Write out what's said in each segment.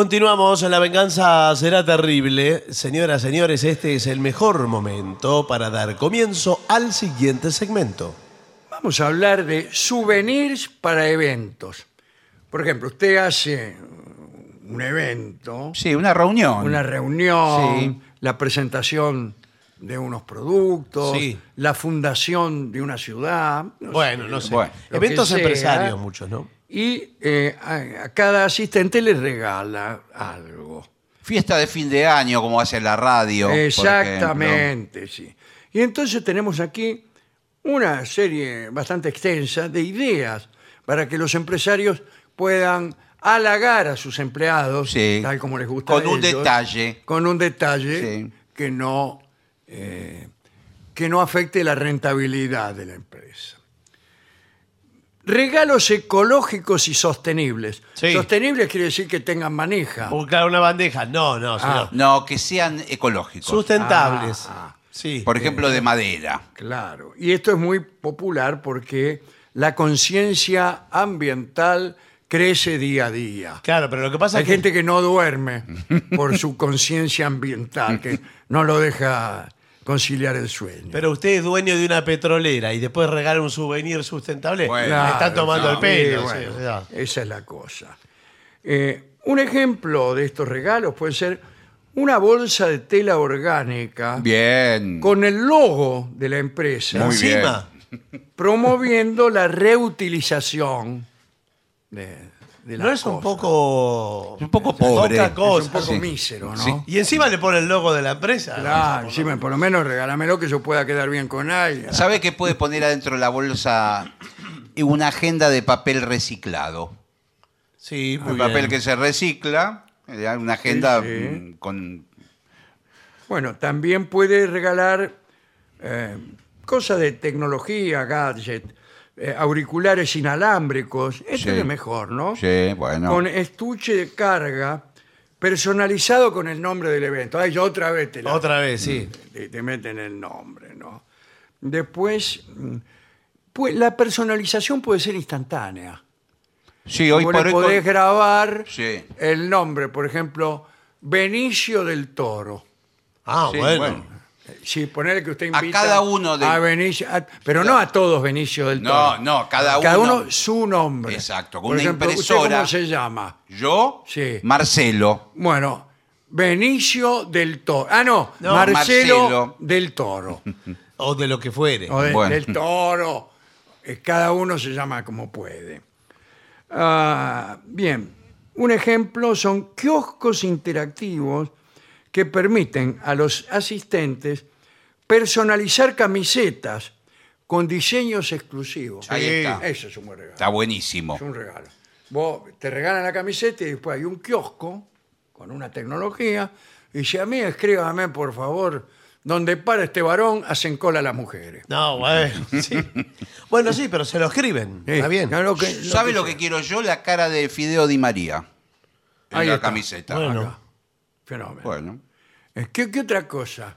Continuamos, la venganza será terrible. Señoras, señores, este es el mejor momento para dar comienzo al siguiente segmento. Vamos a hablar de souvenirs para eventos. Por ejemplo, usted hace un evento, Sí, una reunión. una reunión, Sí. la presentación de unos productos, Sí. la fundación de una ciudad. no Bueno, sé. no sé. Bueno. Lo que Eventos sea. empresarios, muchos, ¿no? Y eh, a, a cada asistente le regala algo. Fiesta de fin de año, como hace la radio. por ejemplo. Exactamente, sí. Y entonces tenemos aquí una serie bastante extensa de ideas para que los empresarios puedan halagar a sus empleados, Sí. tal como les gusta. a Con un ellos, detalle. Con un detalle Sí. que, no, eh, que no afecte la rentabilidad de la empresa. Regalos ecológicos y sostenibles. Sí. Sostenibles quiere decir que tengan manija. Buscar una bandeja. No, no, señor. No, que sean ecológicos. Sustentables. Ah, ah. Sí. por ejemplo, de madera. Claro, y esto es muy popular porque la conciencia ambiental crece día a día. Claro, pero lo que pasa Hay es que. gente que no duerme por su conciencia ambiental, que no lo deja conciliar el sueño. Pero usted es dueño de una petrolera y después regala un souvenir sustentable. Bueno, le está Claro, tomando no, el pelo. Sí, sí, bueno, o sea. Esa es la cosa. Eh, un ejemplo de estos regalos puede ser una bolsa de tela orgánica Bien. con el logo de la empresa. Muy Encima. promoviendo la reutilización de, de las ¿No es un cosas. poco. Es un poco pobre. Poca Es un cosa. poco Sí. mísero, ¿no? Sí. Y encima le pone el logo de la empresa. Claro, sí, me- por lo menos regálamelo que yo pueda quedar bien con alguien. ¿Sabe que puede poner adentro de la bolsa una agenda de papel reciclado? Sí, muy El bien. papel que se recicla, eh, una agenda sí. mm, con... Bueno, también puede regalar eh, cosas de tecnología, gadget, eh, auriculares inalámbricos, esto Sí. es mejor, ¿no? Sí, bueno. Con estuche de carga personalizado con el nombre del evento. Ay, yo otra vez te la Otra vez, sí. te, te meten el nombre, ¿no? Después, mm, pues la personalización puede ser instantánea. Sí, hoy Vos por le hoy... con- podés grabar Sí. el nombre, por ejemplo, Benicio del Toro. Ah, Sí, bueno. bueno. Eh, Sí, ponerle que usted invita cada uno de- a Benicio, a- pero no a todos Benicio del No, Toro. no, cada uno. uno- su nombre. Exacto, con Por una ejemplo, ¿usted impresora. ¿Cómo se llama? Yo, Sí. Marcelo. Bueno, Benicio del Toro. Ah, no, No, Marcelo, Marcelo. del Toro. O de lo que fuere. o de- Bueno. del toro. Eh, Cada uno se llama como puede. Ah, bien, un ejemplo son kioscos interactivos que permiten a los asistentes personalizar camisetas con diseños exclusivos. Ahí está. Eso es un buen regalo. Está buenísimo. Es un regalo. Vos te regalan la camiseta y después hay un kiosco con una tecnología y dice, a mí escríbame, por favor, donde para este varón hacen cola las mujeres. No, bueno, sí. Bueno, sí, pero se lo escriben. Sí, Está bien. ya lo que- lo ¿Sabe que lo sea. que quiero yo? La cara de Fideo Di María. En Ahí la está. camiseta. Bueno. Acá. Fenómeno. Bueno. Eh, ¿Qué, qué otra cosa?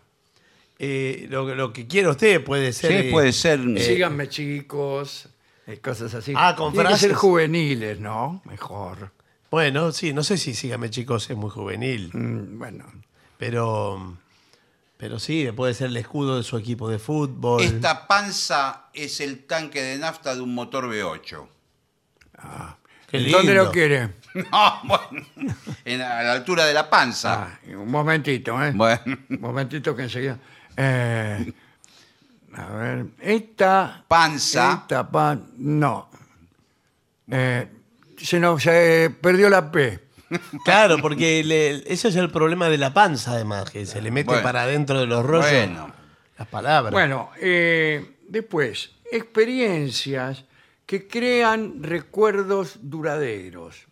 Eh, lo, lo que quiera usted puede ser. Sí, eh, puede ser. Síganme, chicos. eh, Cosas así. Ah, con Tienen que ser frases. juveniles, ¿no? Mejor. Bueno, sí, no sé si sígame, chicos, es muy juvenil. Mm, bueno. Pero. Pero sí, puede ser el escudo de su equipo de fútbol. Esta panza es el tanque de nafta de un motor V8. Qué ¿Dónde lindo. lo quiere? No, bueno. En, a la altura de la panza. Ah, un momentito, ¿eh? Bueno. Un momentito que enseguida. Eh, a ver, esta. Panza. Esta pan. No. Eh, se nos se perdió la P. Claro, porque le- ese es el problema de la panza, además, que se le mete Bueno. para adentro de los rollos Bueno. las palabras. Bueno, eh, después, experiencias que crean recuerdos duraderos.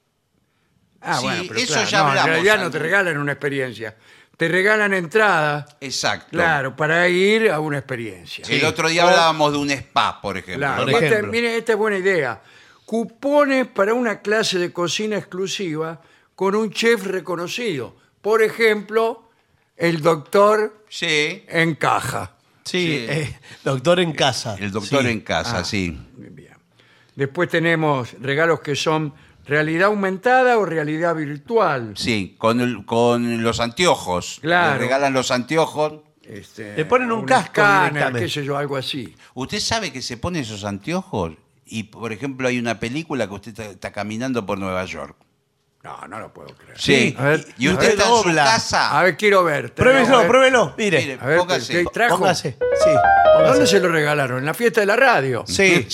Ah, Sí, bueno, pero eso claro, ya no, hablamos, En realidad no Andy. te regalan una experiencia, te regalan entradas, Exacto. claro, para ir a una experiencia. El otro día O- hablábamos de un spa, por ejemplo. Claro, Por este- ejemplo. mire, esta es buena idea. Cupones para una clase de cocina exclusiva con un chef reconocido. Por ejemplo, el doctor Sí. en caja. sí, sí. eh, doctor en casa. El doctor Ah. Sí. en casa, sí. Bien. Después tenemos regalos que son realidad aumentada o realidad virtual. Sí, con, el- con los anteojos. Claro. Le regalan los anteojos. Este, Le ponen un casco escáner, directamente. qué sé yo, algo así. ¿Usted sabe que se pone esos anteojos? Y, por ejemplo, hay una película que usted está, está caminando por Nueva York. No, no lo puedo creer. Sí. Y- A ver, y a usted ver, está en su dobla. casa. A ver, quiero verte. A Pruébelo, ver, pruébelo. Mire, Mire, A ver, póngase. ¿qué trajo? póngase. Sí, póngase. ¿Dónde se lo regalaron? En la fiesta de la radio. Sí.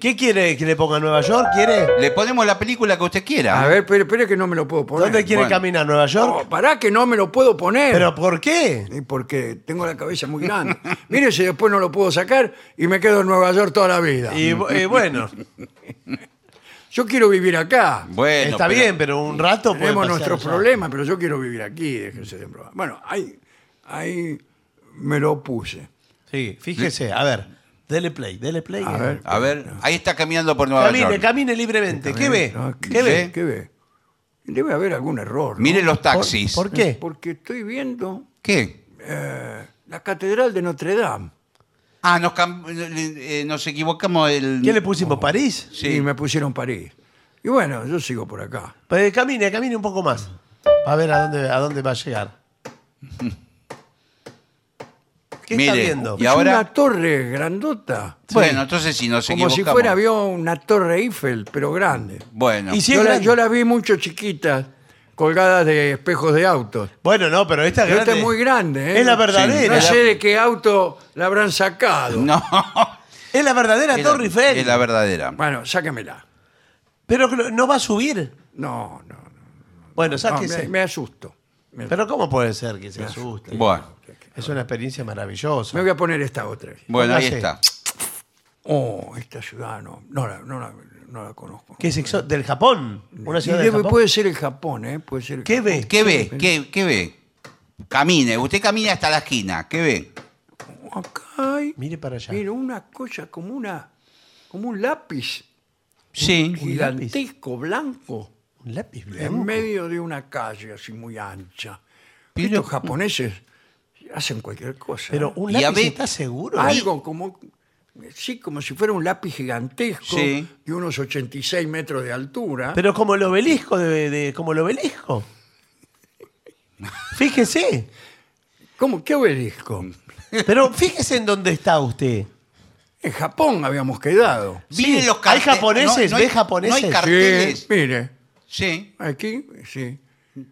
¿Qué quiere que le ponga Nueva York? ¿Quiere? Le ponemos la película que usted quiera. A ver, pero, pero es que no me lo puedo poner. ¿Dónde quiere bueno. caminar Nueva York? No, pará que no me lo puedo poner. ¿Pero por qué? Y Porque tengo la cabeza muy grande. Mire si después no lo puedo sacar y me quedo en Nueva York toda la vida. Y, bu- y bueno, Yo quiero vivir acá. Bueno, está pero- bien, pero un rato puede Tenemos pasar nuestros ya. problemas, pero yo quiero vivir aquí, déjense de probar. Bueno, ahí, ahí me lo puse. Sí, fíjese, a ver, dele play, dele play. A ver. A ver, ahí está caminando por Nueva Camine, York. camine libremente. ¿Qué ve? Ah, ¿Qué, ¿Qué ve? ¿Qué ve? Debe haber algún error. ¿no? Mire los ¿Por, taxis. por qué? Porque estoy viendo eh, ¿Qué? la Catedral de Notre Dame. Ah, nos, cam- le- eh, nos equivocamos el... ¿Qué le pusimos? ¿París? Sí. Y me pusieron París. Y bueno, yo sigo por acá. Pues camine, camine un poco más. A ver a dónde, a dónde va a llegar. ¿Qué está Mire, viendo? Y es ahora- una torre grandota. Bueno, entonces si nos Como si equivocamos... fuera vio una torre Eiffel, pero grande. Bueno, Y si- Sí, yo, es la, grande. yo la vi mucho chiquita, colgada de espejos de autos. Bueno, no, pero esta es Pero esta grande. es muy grande, ¿eh? Es la No verdadera. sé de qué auto la habrán sacado. no. Es la verdadera Es la- Torre Eiffel. Es la verdadera. Bueno, sáquemela. Pero no va a subir. No, no, no. Bueno, No, sáquese. Ah, me, me asusto. Me, Pero ¿cómo puede ser que se asuste? Bueno, Es una experiencia me maravillosa. voy a poner esta otra. bueno ahí Póngase. está. Oh, esta ciudad no, no la, no la, no la conozco. ¿Qué es exo- del Japón? Una Y ciudad del debe- Japón. puede ser el Japón, ¿eh? Puede ser el ¿Qué Japón. ve? ¿Qué ve? ¿Qué, qué ve? Camine, usted camina hasta la esquina. ¿Qué ve? Acá hay, Mire para allá. mira, una cosa como una, como un lápiz Sí. gigantesco, blanco, Un lápiz en blanco. medio de una calle así muy ancha. Pero- Estos japoneses hacen cualquier cosa. Pero un Y a lápiz ver- está seguro. Algo como. Sí, como si fuera un lápiz gigantesco Sí. de unos 86 metros de altura. Pero como el obelisco de, de- como el obelisco. Fíjese. ¿Cómo? ¿Qué obelisco? Pero fíjese en dónde está usted. En Japón habíamos quedado. Mire los hay carteles. japoneses, hay- ve japoneses. No hay Sí. carteles. Sí, mire, Sí. aquí, sí.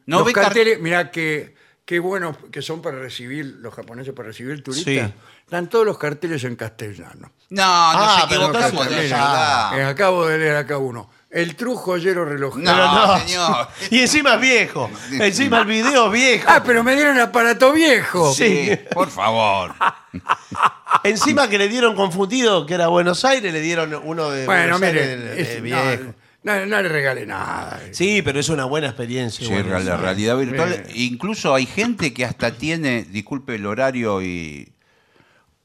No los ve car- carteles, mirá que, qué buenos que son para recibir, los japoneses para recibir turistas. Sí. Están todos los carteles en castellano. No, no Ah, se pero equivocó. los de carteles, ciudad. Eh, acabo de leer acá uno. El trujolero relojero. No. Pero no. Ah, señor. Y encima es viejo. Encima el video es viejo. Ah, pero me dieron aparato viejo. Sí. Sí, por favor. Encima que le dieron confundido que era Buenos Aires, le dieron uno de Bueno, Buenos mire, Aires de- de es- viejo. no, no- no le regalé nada. Sí, pero es una buena experiencia. Sí, Buenos real- la Aires. realidad virtual. Incluso hay gente que hasta tiene, disculpe el horario, y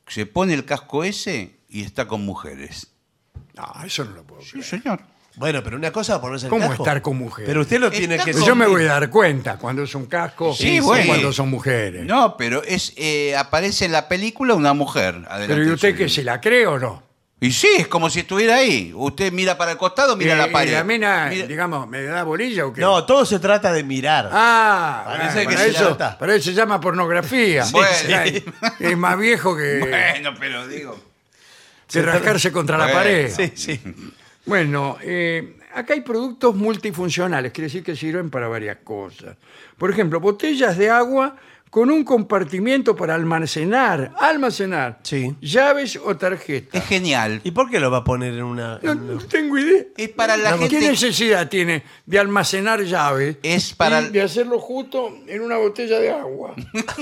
se pone el casco ese y está con mujeres. No, eso no lo puedo creer. Sí, señor. Bueno, pero una cosa es ponerse el ¿Cómo casco. estar con mujeres? Pero usted lo tiene Estar que con- Yo me voy a dar cuenta cuando es un casco Sí, y bueno. cuando son mujeres. No, pero es eh, aparece en la película una mujer. Adelante, pero ¿y usted señor. que se la cree o no? Y sí, es como si estuviera ahí. Usted mira para el costado, mira Eh, la pared. ¿Y la mina, Mira- digamos, me da bolilla o qué? No, todo se trata de mirar. Ah, Parece bueno, que para, se eso, trata. para eso se llama pornografía. Bueno. Ay, Es más viejo que, Bueno, pero digo. que rascarse contra la Bueno, pared. sí, sí. Bueno, eh, acá hay productos multifuncionales, quiere decir que sirven para varias cosas. Por ejemplo, botellas de agua con un compartimiento para almacenar, almacenar Sí. llaves o tarjetas. Es genial. ¿Y por qué lo va a poner en una.? No, en una- no tengo idea. Es para la ¿Qué gente. necesidad tiene de almacenar llaves? Es para- y de hacerlo justo en una botella de agua.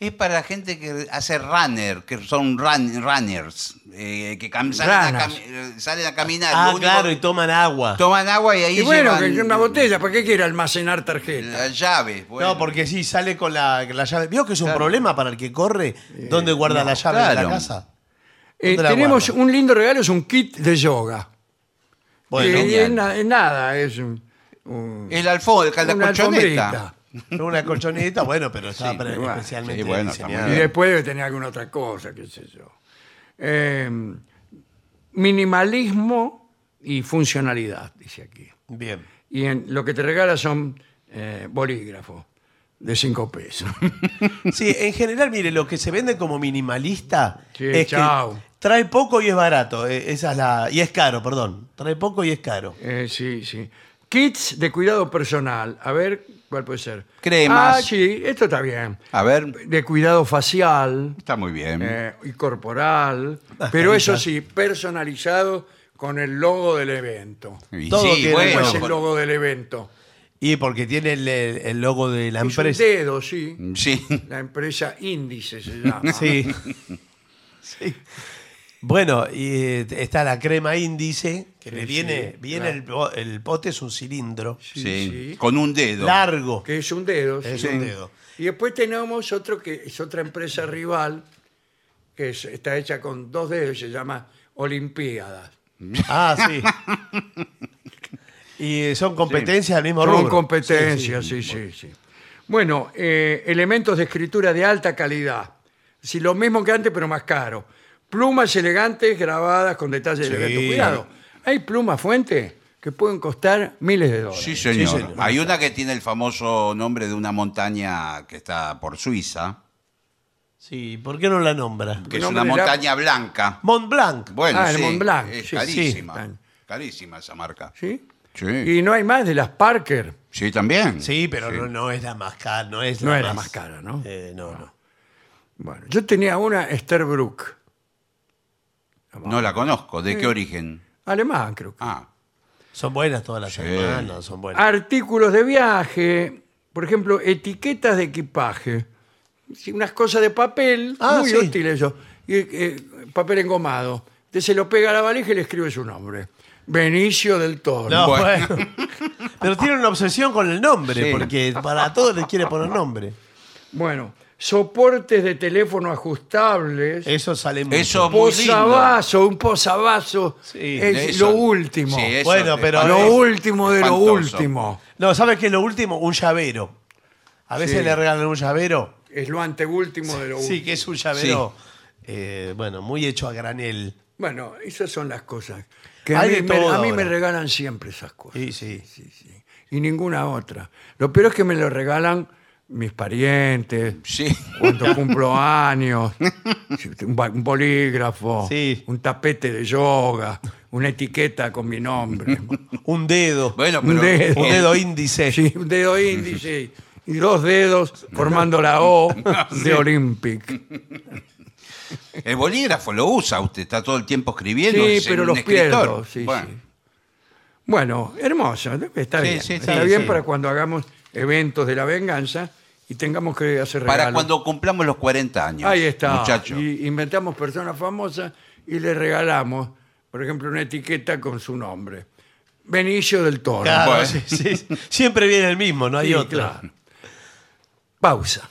Es para la gente que hace runner, que son run- runners, eh, que cam- salen, a Ranas. cami- eh, salen a caminar. Ah, Lo único- claro, y toman agua. Toman agua y ahí Y, bueno, llevan que una botella, ¿para qué quiere almacenar tarjetas? las llaves. bueno. No, porque sí, sale con la, la llave. ¿Vio que es un Claro. problema para el que corre dónde guarda la llave de claro. la casa? Eh, ¿Dónde la tenemos guarda? un lindo regalo, es un kit de yoga. Bueno, Que bien. es, na- es nada, es un- un- el alfombra, la una colchoneta. alfombrita. una colchoneta, bueno, pero está Sí, pre- igual. especialmente Sí, bueno, diseñada. Y Claro. después debe tener alguna otra cosa, qué sé yo. Eh, minimalismo y funcionalidad, dice aquí. Bien. y en, lo que te regala son eh, bolígrafos de cinco pesos. Sí, en general, mire, lo que se vende como minimalista Sí, es chao. que trae poco y es barato. eh, Esa es la. Y es caro, perdón. Trae poco y es caro. Eh, sí, sí. Kits de cuidado personal. A ver, ¿cuál puede ser? Cremas. Ah, sí, esto está bien. A ver, De cuidado facial está muy bien. eh, y corporal, pero eso sí, personalizado con el logo del evento. Y todo tiene- ¿Cómo Bueno, es el por- logo del evento? Y porque tiene el, el- el logo de la Es un empresa. dedo, sí. Sí. La empresa Índice se llama. Sí. Sí. Bueno, y eh, está la crema índice, que le sí, viene, viene el po- el, pote, es un cilindro Sí, Sí, sí. con un dedo. largo. Que es un dedo. Es sí. un dedo. Y después tenemos otro que es otra empresa rival que es- está hecha con dos dedos y se llama Olimpiadas. Ah, sí. y eh, son competencias del mismo Son rubro. competencias, sí, sí, sí. Bueno, eh, elementos de escritura de alta calidad. Si lo mismo que antes, pero más caro. Plumas elegantes grabadas con detalles Sí. elegantes. Cuidado, hay plumas fuente que pueden costar miles de dólares. Sí, señor. Sí, señor. Hay una que tiene el famoso nombre de una montaña que está por Suiza, Sí, ¿por qué no la nombra? que El es nombre una de la- montaña blanca. Mont Blanc. Bueno, Ah, el sí, Mont Blanc, es sí, carísima. sí. carísima esa marca. ¿Sí? Sí, Y no hay más de las Parker. sí también. Sí, pero No, no es la más cara. No, es la No era más cara, ¿no? Eh, no, no. Bueno, yo tenía una Esterbrook, No la conozco. ¿De qué origen? alemán creo que. Ah, Son buenas todas las Sí. hermanas, son buenas. Artículos de viaje, por ejemplo, etiquetas de equipaje, Sí, unas cosas de papel, Ah, muy sí. útil eso, y, eh, papel engomado. Usted se lo pega a la valija y le escribe su nombre. Benicio del Toro. No, Bueno. bueno. Pero tiene una obsesión con el nombre, Sí. porque para todos les quiere poner nombre. Bueno, soportes de teléfono ajustables, Eso sale Mm. mucho. eso muy lindo. posavasos, un posavaso, Sí, Pues es Eso- lo último. Sí, eso Bueno, es pero- lo es último de lo espantoso. último. No, ¿sabes qué es lo último? Un llavero. A veces Sí. Uh. le regalan un llavero. Es lo anteúltimo de lo último. Sí, que es un llavero, eh, bueno, muy hecho a granel. Bueno, esas son las cosas. Que a Hay mí, de me, todo a mí me ahora. regalan siempre esas cosas. Sí, sí. Y ninguna otra. Lo peor es que me lo regalan mis parientes, Sí. cuando cumplo años, un ba- un bolígrafo, Sí. un tapete de yoga, una etiqueta con mi nombre, Un dedo. Bueno, Un pero dedo. un dedo índice. sí, un dedo índice y dos dedos formando la O de Olympic. el bolígrafo lo usa usted, está todo el tiempo escribiendo. Sí, es pero un los escritor. pierdo. Sí, Bueno, sí. Bueno, hermoso. ¿no? Está Sí, bien. sí, está sí, bien sí. para cuando hagamos eventos de la venganza y tengamos que hacer regalos. Para cuando cumplamos los 40 años. Ahí está. Muchacho. Y inventamos personas famosas y le regalamos, por ejemplo, una etiqueta con su nombre. Benicio del Toro. Claro, Bueno. sí, sí. Siempre viene el mismo, no hay Sí, otro. claro. Pausa.